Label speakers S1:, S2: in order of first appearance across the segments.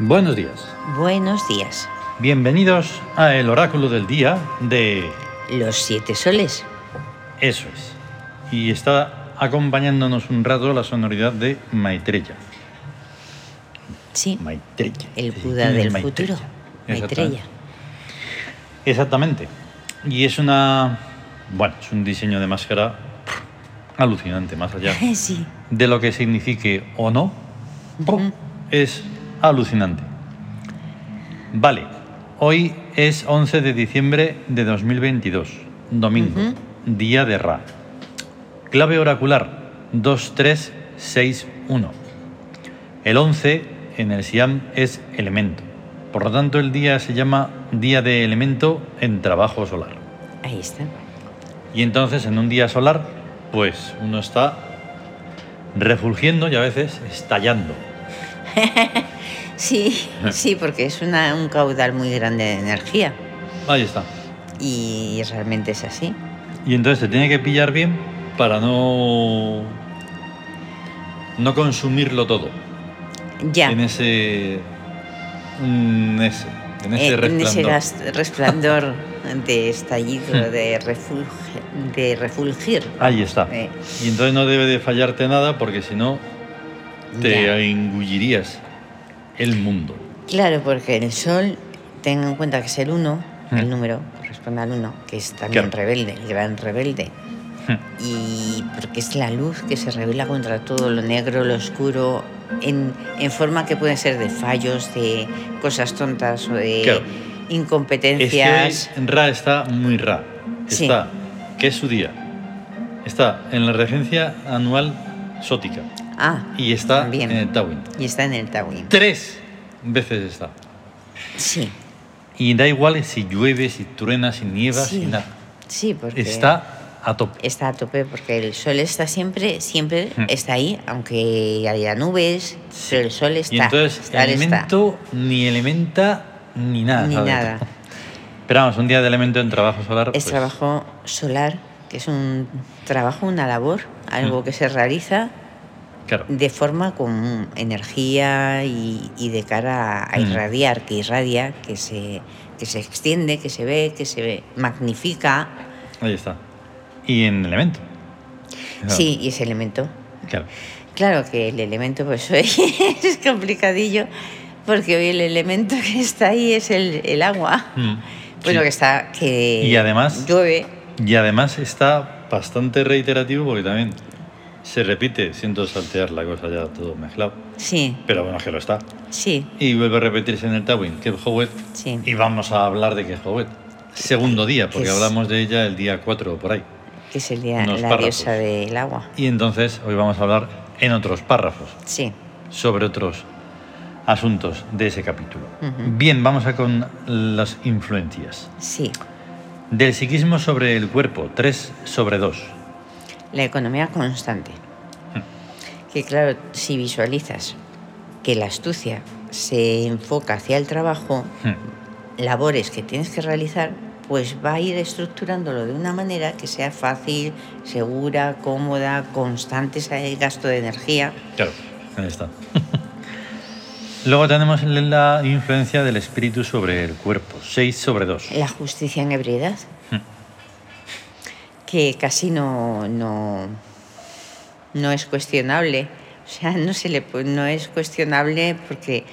S1: Buenos días.
S2: Buenos días.
S1: Bienvenidos a el oráculo del día de...
S2: Los siete soles.
S1: Eso es. Y está acompañándonos un rato la sonoridad de Maitreya.
S2: Sí.
S1: Maitreya.
S2: El
S1: Sí,
S2: Buda
S1: el
S2: del
S1: Maitreya.
S2: futuro. Maitreya.
S1: Exactamente. Y es una... Bueno, es un diseño de máscara alucinante, más allá
S2: Sí.
S1: de lo que signifique o no. Es alucinante. Vale, hoy es 11 de diciembre de 2022, domingo, día de Ra. Clave oracular 2361. El 11 en el Siam es elemento. Por lo tanto, el día se llama Día de Elemento en Trabajo Solar.
S2: Ahí está.
S1: Y entonces en un día solar, pues uno está refulgiendo y a veces estallando.
S2: Sí, sí, porque es una- un caudal muy grande de energía.
S1: Ahí está.
S2: Y realmente es así.
S1: Y entonces te tiene que pillar bien para no no consumirlo todo
S2: Ya.
S1: en ese en ese en ese
S2: Eh, en ese
S1: resplandor.
S2: gas- resplandor de estallido, de, refulge- de refulgir.
S1: Ahí está.
S2: Eh.
S1: Y entonces no debe de fallarte nada porque si no te
S2: Ya.
S1: engullirías el mundo.
S2: Claro, porque el sol, tenga en cuenta que es el 1,
S1: Mm.
S2: el número corresponde al 1, que es también
S1: Claro.
S2: rebelde, el gran rebelde. Y porque es la luz que se revela contra todo lo negro, lo oscuro, en, en forma que pueden ser de fallos, de cosas tontas o de
S1: Claro. Es que hoy
S2: incompetencias.
S1: Ra está muy Ra.
S2: Sí.
S1: Está, que es su día. Está en la regencia anual sótica.
S2: Ah,
S1: Y está
S2: También.
S1: en el Tawin.
S2: y está en el Tawin.
S1: Tres veces está.
S2: Sí,
S1: Y da igual si llueve, si truena, si nieva, si
S2: sí.
S1: nada.
S2: Sí, porque
S1: Está a tope.
S2: está a tope porque el sol está siempre, siempre
S1: Mm.
S2: está ahí, aunque haya nubes, pero el sol está.
S1: y entonces,
S2: estar está.
S1: elemento ni elementa ni nada.
S2: Ni
S1: ¿sabes?
S2: nada.
S1: Pero vamos, un día de elemento en trabajo solar. pues,
S2: Es trabajo solar, que es un trabajo, una labor, algo
S1: Hmm.
S2: que se realiza
S1: Claro.
S2: de forma con energía y, y de cara a
S1: Mm.
S2: irradiar, que irradia, que se, que se extiende, que se ve, que se magnifica. Mm.
S1: Ahí está. Y en elemento. Ah.
S2: Sí, y ese elemento.
S1: Claro.
S2: Claro que el elemento, pues hoy es complicadillo, porque hoy el elemento que está ahí es el, el agua.
S1: Mm,
S2: Bueno,
S1: sí.
S2: que está, que
S1: Y además-
S2: llueve.
S1: Y además está bastante reiterativo porque también se repite, siento saltear la cosa ya todo mezclado,
S2: Sí,
S1: pero bueno, que lo está.
S2: sí,
S1: Y vuelve a repetirse en el Tawin, que Howet,
S2: sí.
S1: y vamos a hablar de que Howet. Segundo día, porque
S2: Que es-
S1: hablamos de ella el día 4 o por ahí.
S2: que es el día,
S1: Unos
S2: la
S1: párrafos.
S2: diosa del agua.
S1: Y entonces hoy vamos a hablar en otros párrafos
S2: Sí,
S1: sobre otros asuntos de ese capítulo.
S2: Ujú.
S1: Bien, vamos a con las influencias.
S2: sí.
S1: Del psiquismo sobre el cuerpo, 3 sobre 2.
S2: La economía constante. Que claro, si visualizas que la astucia se enfoca hacia el trabajo,
S1: Hmm.
S2: labores que tienes que realizar, pues va a ir estructurándolo de una manera que sea fácil, segura, cómoda, constante ese gasto de energía.
S1: Claro, ahí está. Luego tenemos la influencia del espíritu sobre el cuerpo, 6 sobre 2.
S2: La justicia en ebriedad.
S1: Hmm.
S2: Que casi no, no, no es cuestionable. O sea, no, se le, pu- no es cuestionable porque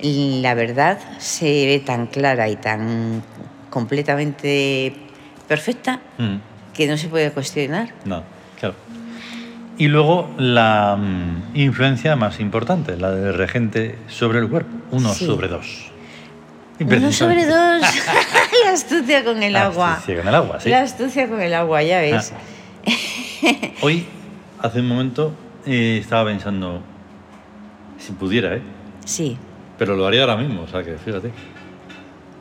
S2: la verdad se ve tan clara y tan completamente perfecta que no se puede cuestionar.
S1: Mm, No, claro. Y luego la mm, influencia más importante, la del regente sobre el cuerpo, 1
S2: Sí.
S1: sobre 2.
S2: Uno sobre dos. la astucia con el agua.
S1: con el agua, Ah, sí. Ah.
S2: La astucia con el agua, ya ves.
S1: Hoy, hace un momento, eh, estaba pensando, si pudiera, ¿eh?
S2: Sí,
S1: Pero lo haría ahora mismo, o sea que fíjate.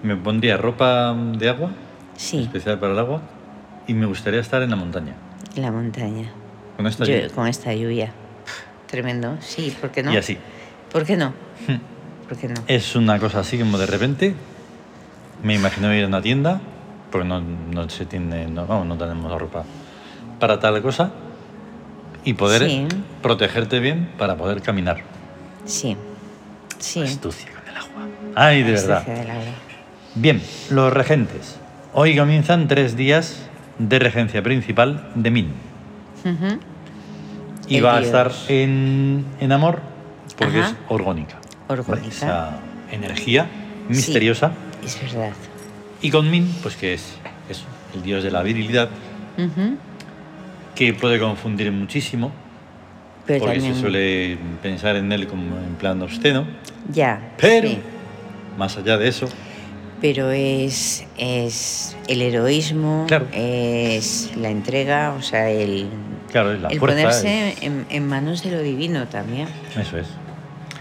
S1: Me pondría ropa de agua,
S2: sí,
S1: especial para el agua, y me gustaría estar en la montaña.
S2: la montaña.
S1: Con esta
S2: Yo-
S1: lluvia.
S2: con esta lluvia. Tremendo, sí, ¿por qué no?
S1: Y así. Hmm.
S2: ¿Por qué no? ¿Por qué no?
S1: Es una cosa así como de repente me imagino ir a una tienda, porque no, no se tiene, no, vamos, no tenemos la ropa para tal cosa, y poder
S2: Sí.
S1: protegerte bien para poder caminar.
S2: Sí, sí,
S1: Astucia con el agua. Ay, de
S2: Astucia
S1: verdad.
S2: de la hora.
S1: Bien, los regentes. Hoy comienzan tres días de regencia principal de Min.
S2: Ujú.
S1: Y
S2: El
S1: va a
S2: dios.
S1: estar en, en amor porque
S2: Ajá.
S1: es orgónica.
S2: Orgónica.
S1: Esa energía
S2: Sí,
S1: misteriosa.
S2: es verdad.
S1: Y con Min, pues que es eso, el dios de la virilidad,
S2: Ujú.
S1: que puede confundir muchísimo,
S2: Pero
S1: porque
S2: también.
S1: se suele pensar en él como en plan obsceno.
S2: Ya.
S1: Pero,
S2: sí.
S1: más allá de eso,
S2: Pero es, es el heroísmo,
S1: Claro.
S2: es la entrega, o sea, el,
S1: claro, es la
S2: el
S1: fuerza.
S2: ponerse
S1: es-
S2: en, en manos de lo divino también,
S1: Eso es.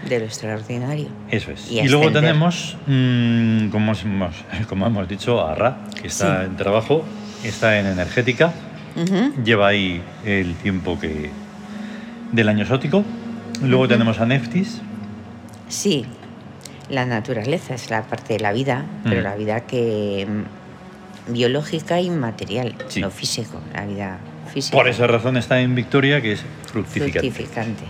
S2: de lo extraordinario.
S1: Eso es.
S2: Y
S1: Y, luego
S2: ascender.
S1: tenemos, mm, como, hemos, como hemos dicho, a Ra, que está
S2: Sí.
S1: en trabajo, está en energética,
S2: Ujú.
S1: lleva ahí el tiempo que del año sótico. Luego tenemos a Neftis,
S2: Sí, la naturaleza es la parte de la vida, pero
S1: Mm.
S2: la vida que mm, biológica y material,
S1: Sí.
S2: lo físico, la vida física.
S1: por esa razón está en Victoria, que es fructificante.
S2: fructificante.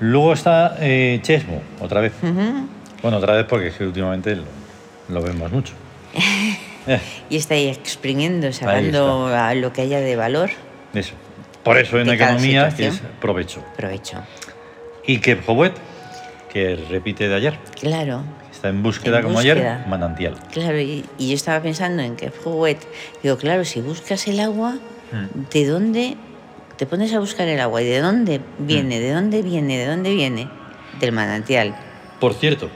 S1: Luego está eh, Chesmo, otra vez.
S2: Ujú.
S1: Bueno, otra vez porque es que últimamente lo, lo vemos mucho. Eh,
S2: Y está ahí exprimiendo,
S1: está.
S2: sacando a lo que haya de valor,
S1: eso. Por eso en
S2: De cada
S1: economía que es
S2: situación.
S1: provecho.
S2: provecho.
S1: Y Kebhowet, que repite de ayer.
S2: Claro,
S1: Está en búsqueda,
S2: En
S1: como
S2: búsqueda.
S1: ayer, manantial.
S2: claro. Y, y yo estaba pensando en que Fouet, digo, claro, si buscas el agua,
S1: Mm.
S2: ¿de dónde te pones a buscar el agua? ¿Y de dónde
S1: Mm.
S2: viene? ¿De dónde viene? ¿De dónde viene? Del manantial.
S1: Por cierto,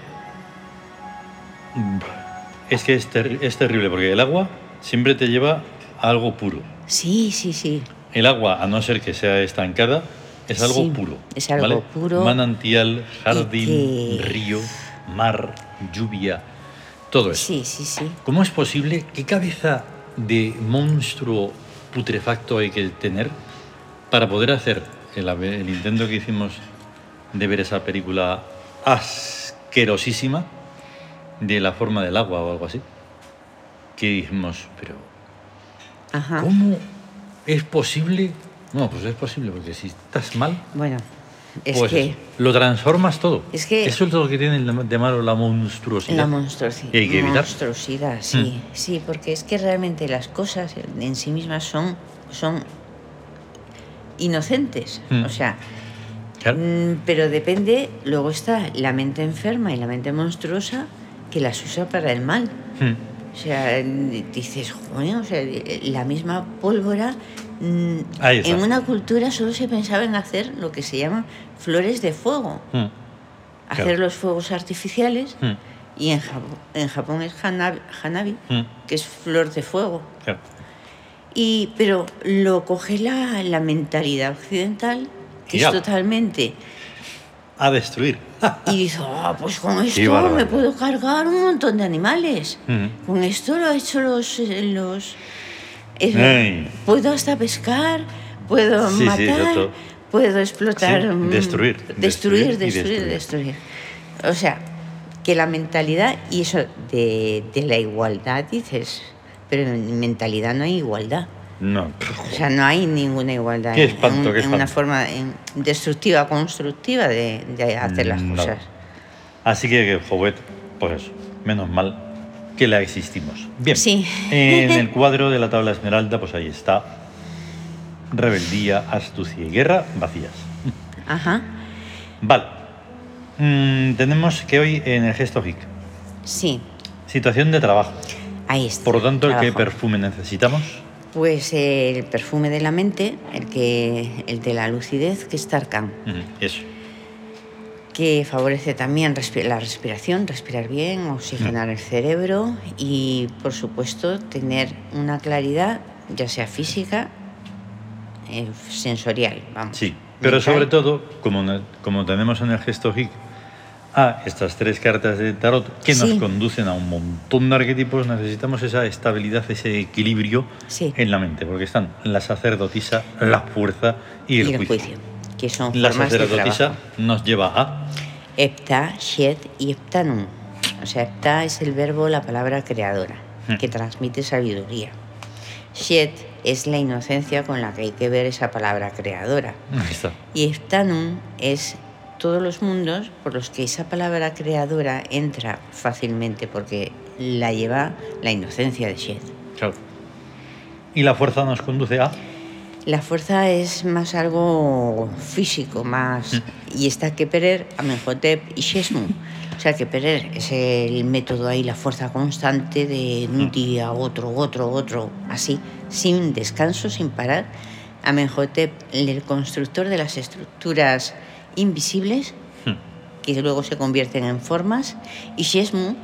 S1: es que es, terri- es terrible porque el agua siempre te lleva a algo puro.
S2: Sí, sí, sí.
S1: El agua, a no ser que sea estancada, es algo
S2: Sí,
S1: puro.
S2: es algo puro.
S1: Manantial, jardín,
S2: Y que-
S1: río, mar, lluvia, todo eso.
S2: Sí, sí, sí.
S1: ¿Cómo es posible? ¿Qué cabeza de monstruo putrefacto hay que tener para poder hacer el, ave- el intento que hicimos de ver esa película asquerosísima de la forma del agua o algo así? Que dijimos, pero
S2: Ajá.
S1: ¿cómo es posible? No, pues es posible, porque si estás mal,
S2: Bueno, es
S1: pues
S2: que
S1: eso, lo transformas todo.
S2: Es que-
S1: Eso es lo que tiene de malo la monstruosidad.
S2: la monstruosidad.
S1: Y hay que evitar. Mm.
S2: Monstruosidad, sí. Sí, porque es que realmente las cosas en sí mismas son, son inocentes.
S1: Mm.
S2: O sea,
S1: Claro.
S2: mm, pero depende, luego está la mente enferma y la mente monstruosa que las usa para el mal.
S1: Mm.
S2: O sea, n- dices, "Joder", o sea, eh, la misma pólvora. mm,
S1: Ahí está.
S2: En una cultura solo se pensaba en hacer lo que se llaman flores de fuego,
S1: Mm.
S2: hacer
S1: Claro.
S2: los fuegos artificiales.
S1: Mm.
S2: Y en Japón, en Japón es hanabi, hanabi,
S1: Mm.
S2: que es flor de fuego.
S1: Claro.
S2: Y, pero lo coge la, la mentalidad occidental, que
S1: Ya.
S2: es totalmente.
S1: A destruir.
S2: Y dice, "Ah, pues con
S1: Qué
S2: esto me
S1: barbaridad.
S2: puedo cargar un montón de animales.
S1: Ujú.
S2: Con esto lo he hecho los. eh, los es-
S1: Ey.
S2: Puedo hasta pescar, puedo
S1: Sí, sí,
S2: matar,
S1: exacto.
S2: puedo explotar.
S1: Sí,
S2: mm,
S1: destruir, destruir y
S2: Destruir, destruir, destruir, O sea, que la mentalidad, y eso de, de la igualdad, dices, pero en mentalidad no hay igualdad.
S1: No.
S2: O sea, no hay ninguna igualdad
S1: Qué espanto,
S2: en,
S1: qué
S2: en una
S1: espanto.
S2: forma en- destructiva, constructiva de, de hacer las
S1: No.
S2: cosas.
S1: Así que, que Fouet, pues eso, menos mal que la existimos. Bien.
S2: Sí.
S1: En el cuadro de la tabla esmeralda, pues ahí está. Rebeldía, astucia y guerra vacías.
S2: Ajá,
S1: Vale. Mm, tenemos que hoy en el gesto hic.
S2: sí,
S1: Situación de trabajo.
S2: ahí está.
S1: Por lo tanto, ¿qué
S2: trabajo.
S1: perfume necesitamos?
S2: Pues eh, el perfume de la mente, el, que, el de la lucidez, que es Tarkan,
S1: Ujú, Mm, Eso.
S2: que favorece también respi- la respiración, respirar bien, oxigenar
S1: Ah.
S2: el cerebro y, por supuesto, tener una claridad, ya sea física, eh, sensorial, vamos.
S1: Sí, pero
S2: mental.
S1: sobre todo, como, no- como tenemos en el gesto hic a estas tres cartas de tarot que nos
S2: Sí.
S1: conducen a un montón de arquetipos, necesitamos esa estabilidad, ese equilibrio
S2: Sí.
S1: en la mente, porque están la sacerdotisa, la fuerza y el,
S2: y el
S1: juicio.
S2: juicio, que son
S1: La
S2: formas de
S1: sacerdotisa
S2: trabajo.
S1: nos lleva a...
S2: Hepta, shet y heptanum. O sea, hepta es el verbo, la palabra creadora,
S1: Hmm.
S2: que transmite sabiduría. Shet es la inocencia con la que hay que ver esa palabra creadora.
S1: Ahí está.
S2: Y heptanum es todos los mundos por los que esa palabra creadora entra fácilmente porque la lleva la inocencia de Shed.
S1: Claro. Y la fuerza nos conduce a...
S2: La fuerza es más algo físico, más. Y está Keperer, Amenhotep y Shesmu. O sea, Keperer es el método ahí, la fuerza constante de un día, otro, otro, otro, así, sin descanso, sin parar. Amenhotep, el constructor de las estructuras invisibles,
S1: hmm,
S2: que luego se convierten en formas. Y Shesmu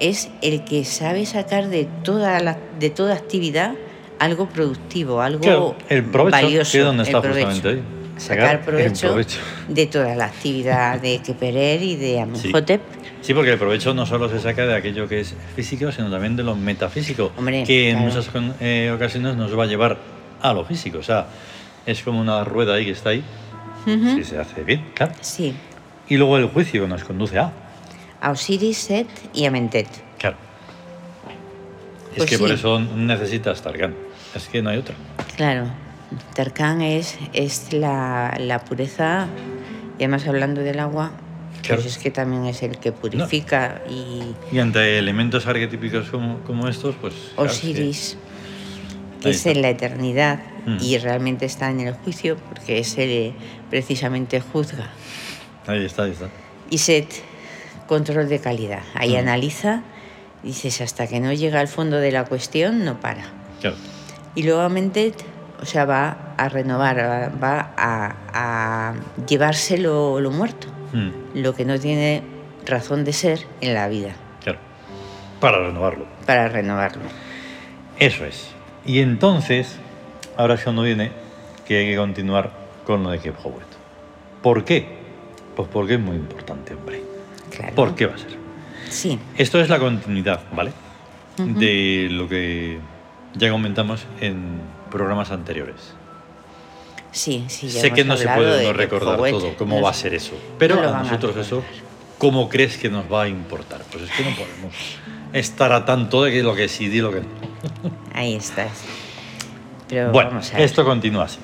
S2: es el que sabe sacar de toda, la, de toda actividad algo productivo, algo
S1: Claro, el provecho,
S2: valioso.
S1: que es donde
S2: el
S1: está
S2: provecho.
S1: justamente ahí.
S2: Sacar,
S1: Sacar el
S2: provecho,
S1: provecho.
S2: de toda la actividad de Keperer y de Amenhotep.
S1: Sí, porque el provecho no solo se saca de aquello que es físico, sino también de lo metafísico,
S2: Hombre,
S1: que en
S2: claro.
S1: muchas con- eh, ocasiones nos va a llevar a lo físico. O sea, es como una rueda ahí que está ahí,
S2: Ujú.
S1: si se hace bien, claro.
S2: Sí,
S1: Y luego el juicio que nos conduce a,
S2: a Osiris, Set y Amentet.
S1: claro. Es
S2: Pues
S1: que por
S2: sí.
S1: eso necesitas Targan, es que no hay otra.
S2: Claro, Tarkan es, es la, la pureza, y además hablando del agua,
S1: Claro.
S2: pues es que también es el que purifica y
S1: Y ante elementos arquetípicos como, como estos, pues... claro, es que-
S2: Osiris, que
S1: Ahí
S2: es
S1: está.
S2: en la eternidad
S1: Mm.
S2: y realmente está en el juicio porque es el precisamente juzga.
S1: ahí está, ahí está.
S2: Y Set, control de calidad. Ahí
S1: Mm.
S2: analiza, dices, hasta que no llega al fondo de la cuestión, no para.
S1: Claro.
S2: Y luego Mentet, o sea, va a renovar, va- va a, a llevarse lo, lo muerto,
S1: Mm,
S2: lo que no tiene razón de ser en la vida,
S1: claro. Para renovarlo.
S2: para renovarlo.
S1: Eso es. Y entonces, ahora es cuando viene que hay que continuar con lo de Kev Howard. ¿Por qué? Pues porque es muy importante, hombre.
S2: Claro.
S1: ¿Por qué va a ser?
S2: Sí.
S1: Esto es la continuidad, ¿vale? De lo que ya comentamos en programas anteriores.
S2: Sí, sí, ya
S1: sé que no
S2: hemos
S1: se
S2: hablado
S1: puede
S2: de
S1: no
S2: Bob
S1: recordar
S2: Hope.
S1: todo, cómo
S2: No
S1: va a
S2: sé.
S1: ser eso. Pero
S2: no lo
S1: a
S2: van a
S1: nosotros eso,
S2: recordar.
S1: ¿cómo crees que nos va a importar? Pues es que no podemos estar a tanto de que lo que sí y lo que no.
S2: Ahí estás. Pero
S1: Bueno,
S2: vamos a ver.
S1: esto continúa así.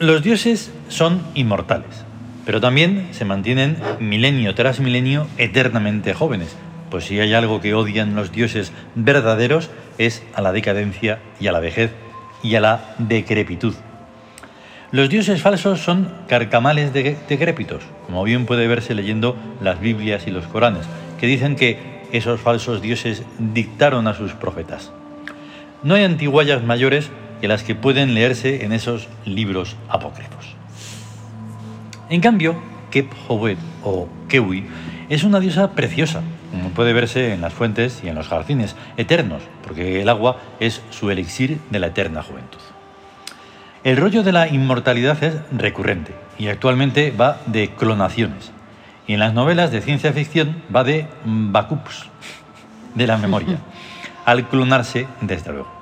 S1: Los dioses son inmortales, pero también se mantienen milenio tras milenio eternamente jóvenes. Pues si hay algo que odian los dioses verdaderos es a la decadencia y a la vejez y a la decrepitud. Los dioses falsos son carcamales de- decrépitos, como bien puede verse leyendo las Biblias y los Coranes, que dicen que esos falsos dioses dictaron a sus profetas. No hay antiguallas mayores que las que pueden leerse en esos libros apócrifos. En cambio, Kephowet o Kewi es una diosa preciosa, como puede verse en las fuentes y en los jardines eternos, porque el agua es su elixir de la eterna juventud. El rollo de la inmortalidad es recurrente y actualmente va de clonaciones. Y en las novelas de ciencia ficción va de backups, de la memoria, al clonarse, desde luego.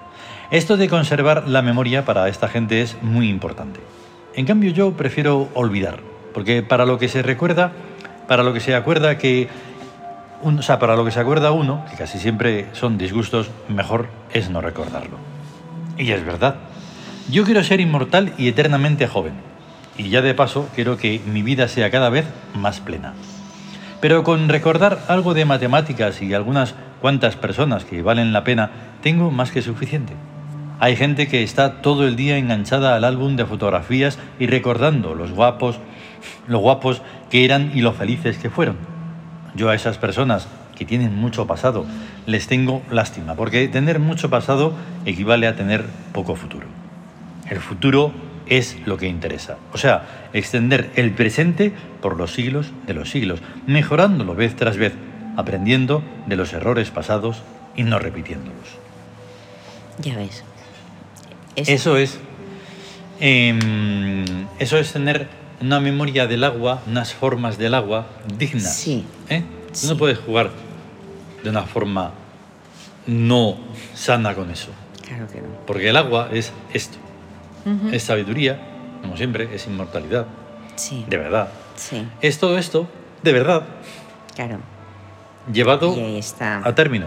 S1: Esto de conservar la memoria para esta gente es muy importante. En cambio yo prefiero olvidar, porque para lo que se recuerda, para lo que se acuerda que... un- o sea, para lo que se acuerda uno, que casi siempre son disgustos, mejor es no recordarlo. Y es verdad. Yo quiero ser inmortal y eternamente joven. Y ya de paso, quiero que mi vida sea cada vez más plena. Pero con recordar algo de matemáticas y algunas cuantas personas que valen la pena, tengo más que suficiente. Hay gente que está todo el día enganchada al álbum de fotografías y recordando los guapos, los guapos que eran y lo felices que fueron. Yo a esas personas que tienen mucho pasado les tengo lástima, porque tener mucho pasado equivale a tener poco futuro. El futuro es lo que interesa. O sea, extender el presente por los siglos de los siglos, mejorándolo vez tras vez, aprendiendo de los errores pasados y no repitiéndolos.
S2: Ya ves. Es-
S1: Eso es. em, eso es tener una memoria del agua, unas formas del agua dignas.
S2: Sí.
S1: ¿eh? Tú
S2: Sí.
S1: no puedes jugar de una forma no sana con eso.
S2: Claro que no.
S1: Porque el agua es esto. Es sabiduría, como siempre, es inmortalidad.
S2: Sí.
S1: De verdad.
S2: Sí,
S1: Es todo esto, de verdad,
S2: claro.
S1: llevado
S2: Y ahí está.
S1: a término.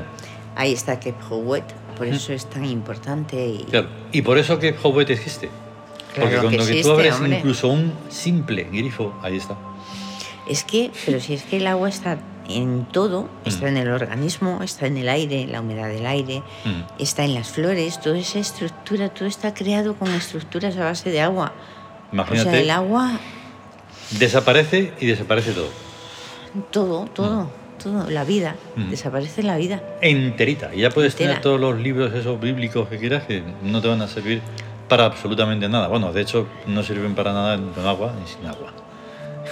S2: Ahí está Kep Howet, por eso es tan importante. Y,
S1: Claro. Y por eso que Hobbit existe.
S2: Claro
S1: Porque
S2: que
S1: cuando que
S2: existe,
S1: tú abres
S2: hombre.
S1: incluso un simple grifo, ahí está.
S2: Es que, pero si es que el agua está en
S1: Mm.
S2: todo, está en el organismo, está en el aire, la humedad del aire,
S1: Mm.
S2: está en las flores, toda esa estructura, todo está creado con estructuras a base de agua.
S1: Imagínate,
S2: O sea, el agua,
S1: desaparece y desaparece todo.
S2: todo, todo, todo, la vida,
S1: Mm.
S2: desaparece la vida.
S1: Enterita. Y ya puedes tener
S2: Entera.
S1: todos los libros esos bíblicos que quieras que no te van a servir para absolutamente nada. Bueno, de hecho, no sirven para nada con agua ni sin agua.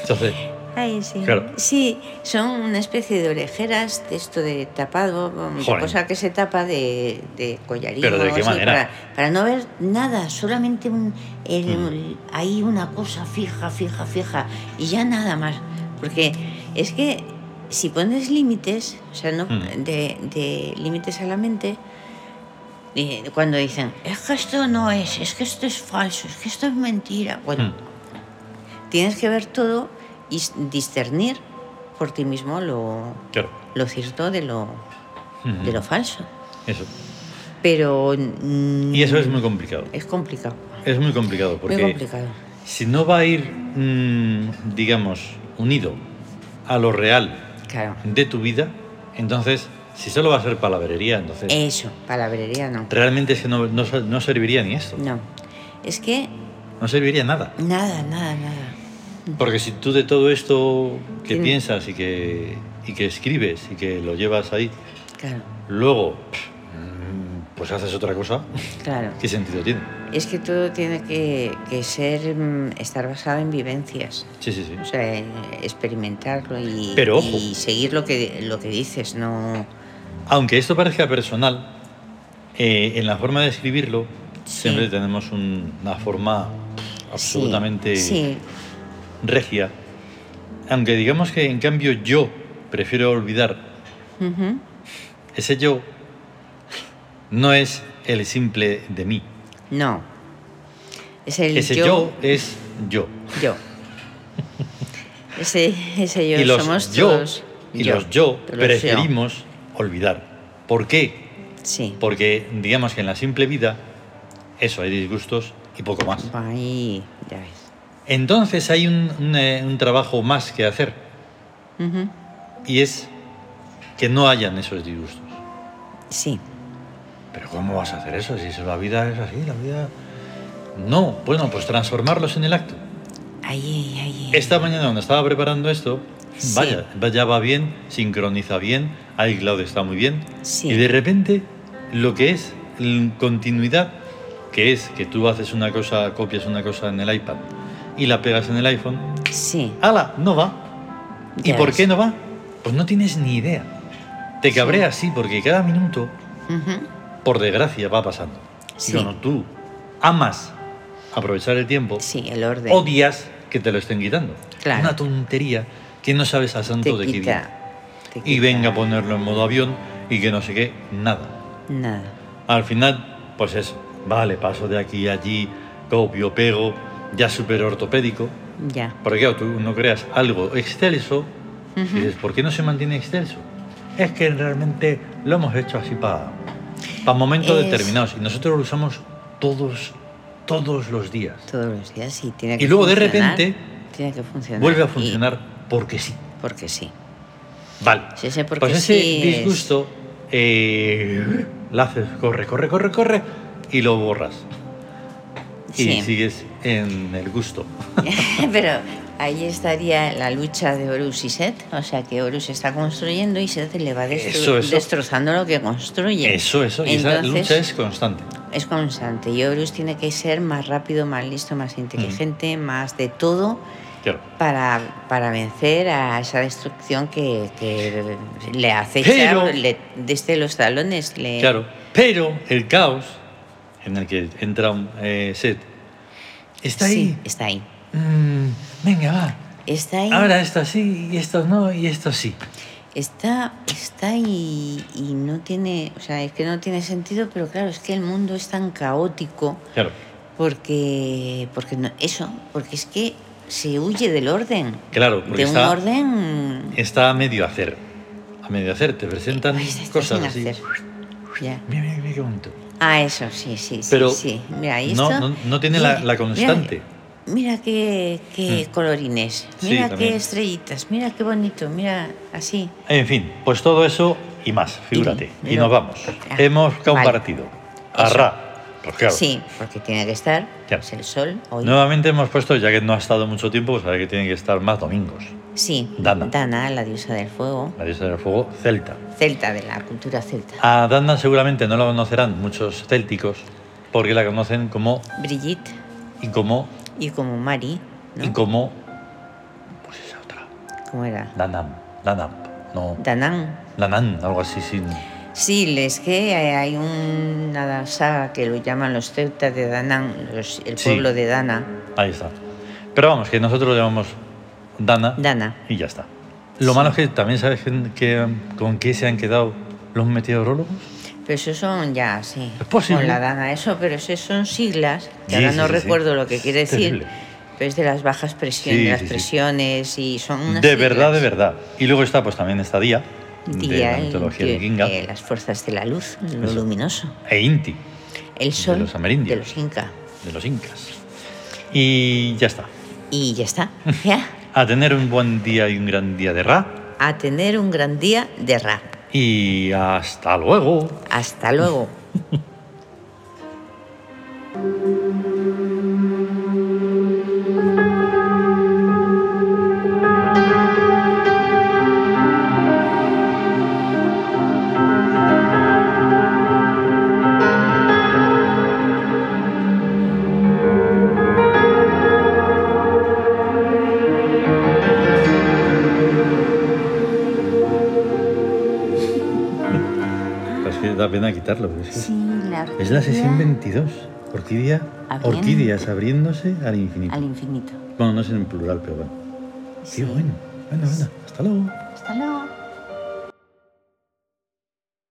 S1: Entonces,
S2: Ay, sí.
S1: Claro.
S2: Sí, son una especie de orejeras, de esto de tapado, de
S1: Joder.
S2: cosa que se tapa de, de collarín.
S1: Pero
S2: o
S1: ¿de
S2: algo
S1: qué
S2: así,
S1: manera?
S2: Para, para no ver nada, solamente un, el-
S1: Mm.
S2: hay una cosa fija, fija, fija, y ya nada más. Porque es que si pones límites, o sea, no,
S1: Mm.
S2: de, de límites a la mente, eh, cuando dicen, es que esto no es, es que esto es falso, es que esto es mentira. Bueno,
S1: mm,
S2: Tienes que ver todo y s- discernir por ti mismo lo,
S1: claro.
S2: lo cierto de lo,
S1: Ujú.
S2: de lo falso.
S1: Mm, Eso.
S2: Pero. mm,
S1: Y eso es muy complicado.
S2: es complicado.
S1: Es muy complicado porque
S2: Muy complicado.
S1: si no va a ir, mm, digamos, unido a lo real
S2: Claro.
S1: de tu vida, entonces, si solo va a ser palabrería, entonces
S2: Eso, palabrería no.
S1: realmente es que no, no ser- no serviría ni esto,
S2: No. Es que
S1: no serviría nada.
S2: nada, nada, nada.
S1: Porque si tú de todo esto que
S2: Sí.
S1: piensas y que, y que escribes y que lo llevas ahí,
S2: Claro,
S1: luego, pff, mm, pues haces otra cosa,
S2: claro.
S1: ¿qué sentido tiene?
S2: Es que todo tiene que, que ser. mm, estar basado en vivencias.
S1: Sí, sí, sí.
S2: O sea, en experimentarlo y,
S1: Pero ojo.
S2: y seguir lo que, lo que dices, no.
S1: Aunque esto parezca personal, eh, en la forma de escribirlo siempre tenemos un- una forma
S2: Sí,
S1: absolutamente
S2: Sí,
S1: regia. Aunque digamos que en cambio yo prefiero olvidar,
S2: Ujú.
S1: ese yo no es el simple de mí.
S2: No. Es el
S1: Ese
S2: yo.
S1: yo, es yo.
S2: yo. Ese, ese yo
S1: y los
S2: somos
S1: yo
S2: todos.
S1: y los yo
S2: Los
S1: preferimos olvidar. ¿Por qué?
S2: Sí.
S1: Porque digamos que en la simple vida eso hay disgustos y poco más.
S2: Ahí, ya ves.
S1: Entonces hay un, un, eh, un trabajo más que hacer
S2: Ujú.
S1: y es que no hayan esos disgustos.
S2: Sí.
S1: Pero ¿cómo vas a hacer eso si eso- la vida es así? La vida... No, bueno, pues transformarlos en el acto.
S2: Ahí, ahí, ahí.
S1: Esta mañana cuando estaba preparando esto,
S2: Sí.
S1: vaya, vaya va bien, sincroniza bien, iCloud está muy bien.
S2: Sí.
S1: Y de repente lo que es l- continuidad, que es que tú haces una cosa, copias una cosa en el iPad y la pegas en el iPhone,
S2: Sí.
S1: ¡Hala! No va. ¿Y
S2: Ya
S1: por
S2: ves.
S1: qué no va? Pues no tienes ni idea. Te cabreas, sí, porque cada minuto,
S2: Ujú.
S1: por desgracia, va pasando.
S2: Sí.
S1: Y cuando tú amas aprovechar el tiempo,
S2: Sí, el orden.
S1: odias que te lo estén quitando.
S2: Claro.
S1: Una tontería que no sabes a santo de
S2: te
S1: qué viene.
S2: quita. te
S1: Y
S2: quita
S1: venga a ponerlo en modo avión y que no sé qué, nada.
S2: Nada.
S1: Al final, pues eso, vale, paso de aquí a allí, copio, pego, ya súper ortopédico.
S2: Ya.
S1: Porque claro, tú no creas algo excelso y dices, ¿por qué no se mantiene excelso? Es que realmente lo hemos hecho así para momentos
S2: Es-
S1: determinados y nosotros lo usamos todos, todos los días.
S2: Todos los días sí. Tiene
S1: Y
S2: que
S1: luego de
S2: funcionar,
S1: repente
S2: Tiene que funcionar.
S1: Vuelve a
S2: y-
S1: funcionar porque sí.
S2: porque sí.
S1: Vale.
S2: Sí, ese porque
S1: pues ese
S2: sí es-
S1: disgusto eh, lo haces, corre, corre, corre, corre y lo borras. Y
S2: Sí.
S1: sigues en el gusto.
S2: Pero ahí estaría la lucha de Horus y Set, o sea que Horus está construyendo y Set le va destro-
S1: Eso, eso.
S2: destrozando lo que construye.
S1: Eso, eso. Y esa
S2: Entonces,
S1: lucha es constante.
S2: es constante y Horus tiene que ser más rápido, más listo, más inteligente,
S1: Mm.
S2: más de todo
S1: Claro.
S2: para, para vencer a esa destrucción que, que le hace
S1: Pero-
S2: echar le- desde los talones. Le...
S1: Claro, pero el caos en el que entra un eh, set está
S2: Sí,
S1: ahí.
S2: está ahí.
S1: Mm, venga, va.
S2: Está ahí.
S1: Ahora esto sí, y esto no, y esto sí.
S2: Está, está y, y no tiene, o sea, es que no tiene sentido, pero claro, es que el mundo es tan caótico
S1: Claro,
S2: porque, porque no- eso, porque es que se huye del orden,
S1: claro, porque
S2: de un
S1: está,
S2: orden
S1: está a medio hacer. A medio hacer, te presentan
S2: Ay, Pues está
S1: cosas
S2: sin
S1: así.
S2: hacer. Ya.
S1: Mira, mira, mira qué bonito.
S2: Ah, eso, sí, sí, sí,
S1: Pero
S2: sí. Mira, ahí
S1: no-
S2: está.
S1: no- no tiene la- la
S2: mira,
S1: constante. Mm.
S2: Mira, mira qué, qué colorines,
S1: Sí,
S2: mira
S1: también.
S2: qué estrellitas, mira qué bonito, mira así.
S1: En fin, pues todo eso y más, fíjate. Y,
S2: pero-
S1: nos vamos.
S2: Ah,
S1: Hemos
S2: vale.
S1: compartido. Arra. Pues claro.
S2: Sí, porque tiene que estar
S1: Claro.
S2: pues, el sol hoy.
S1: Nuevamente hemos puesto, ya que no ha estado mucho tiempo, pues ahora que tienen que estar más domingos.
S2: Sí,
S1: Dana.
S2: la diosa del fuego,
S1: La diosa del fuego celta.
S2: celta de la cultura celta.
S1: A Dana seguramente no la conocerán muchos célticos, porque la conocen como
S2: Brigitte
S1: y como
S2: y como Mari, ¿no?
S1: y como pues esa otra.
S2: ¿Cómo era?
S1: Danam, Danam, no,
S2: Danán.
S1: Danan, algo así sin.
S2: Sí, es que hay una saga que lo llaman los celtas de Danán, los- el
S1: Sí.
S2: pueblo de Dana.
S1: Ahí está. Pero vamos, que nosotros lo llamamos Dana
S2: Dana.
S1: y ya está. Lo malo es que también sabes que, que, um, con qué se han quedado los meteorólogos.
S2: Pero eso son ya, sí.
S1: Es posible.
S2: Con la Dana, eso, pero eso son siglas,
S1: Sí,
S2: que ahora
S1: sí,
S2: no
S1: sí, sí.
S2: recuerdo lo que quiere
S1: Es
S2: decir.
S1: terrible.
S2: Pero es de las bajas presiones,
S1: Sí,
S2: de las
S1: sí, sí.
S2: presiones y son unas
S1: de verdad, de
S2: siglas.
S1: verdad. Y luego está pues también esta día, de
S2: Día
S1: la
S2: en
S1: mitología
S2: que,
S1: vikinga
S2: eh, las fuerzas de la luz, lo
S1: Eso.
S2: luminoso.
S1: e Inti
S2: El sol
S1: los amerindios.
S2: de los incas.
S1: de los incas. Y ya está.
S2: Y ya está. Ya.
S1: A tener un buen día y un gran día de Ra.
S2: A tener un gran día de rap.
S1: Y hasta luego.
S2: Hasta luego.
S1: Es que da pena quitarlo. pero es que-
S2: la
S1: Es la sesión 22. Orquídea.
S2: Abriendo.
S1: Orquídeas abriéndose al infinito.
S2: Al infinito.
S1: Bueno, no es en plural, pero bueno. Qué
S2: Sí.
S1: bueno. Bueno, bueno. Hasta luego.
S2: Hasta luego.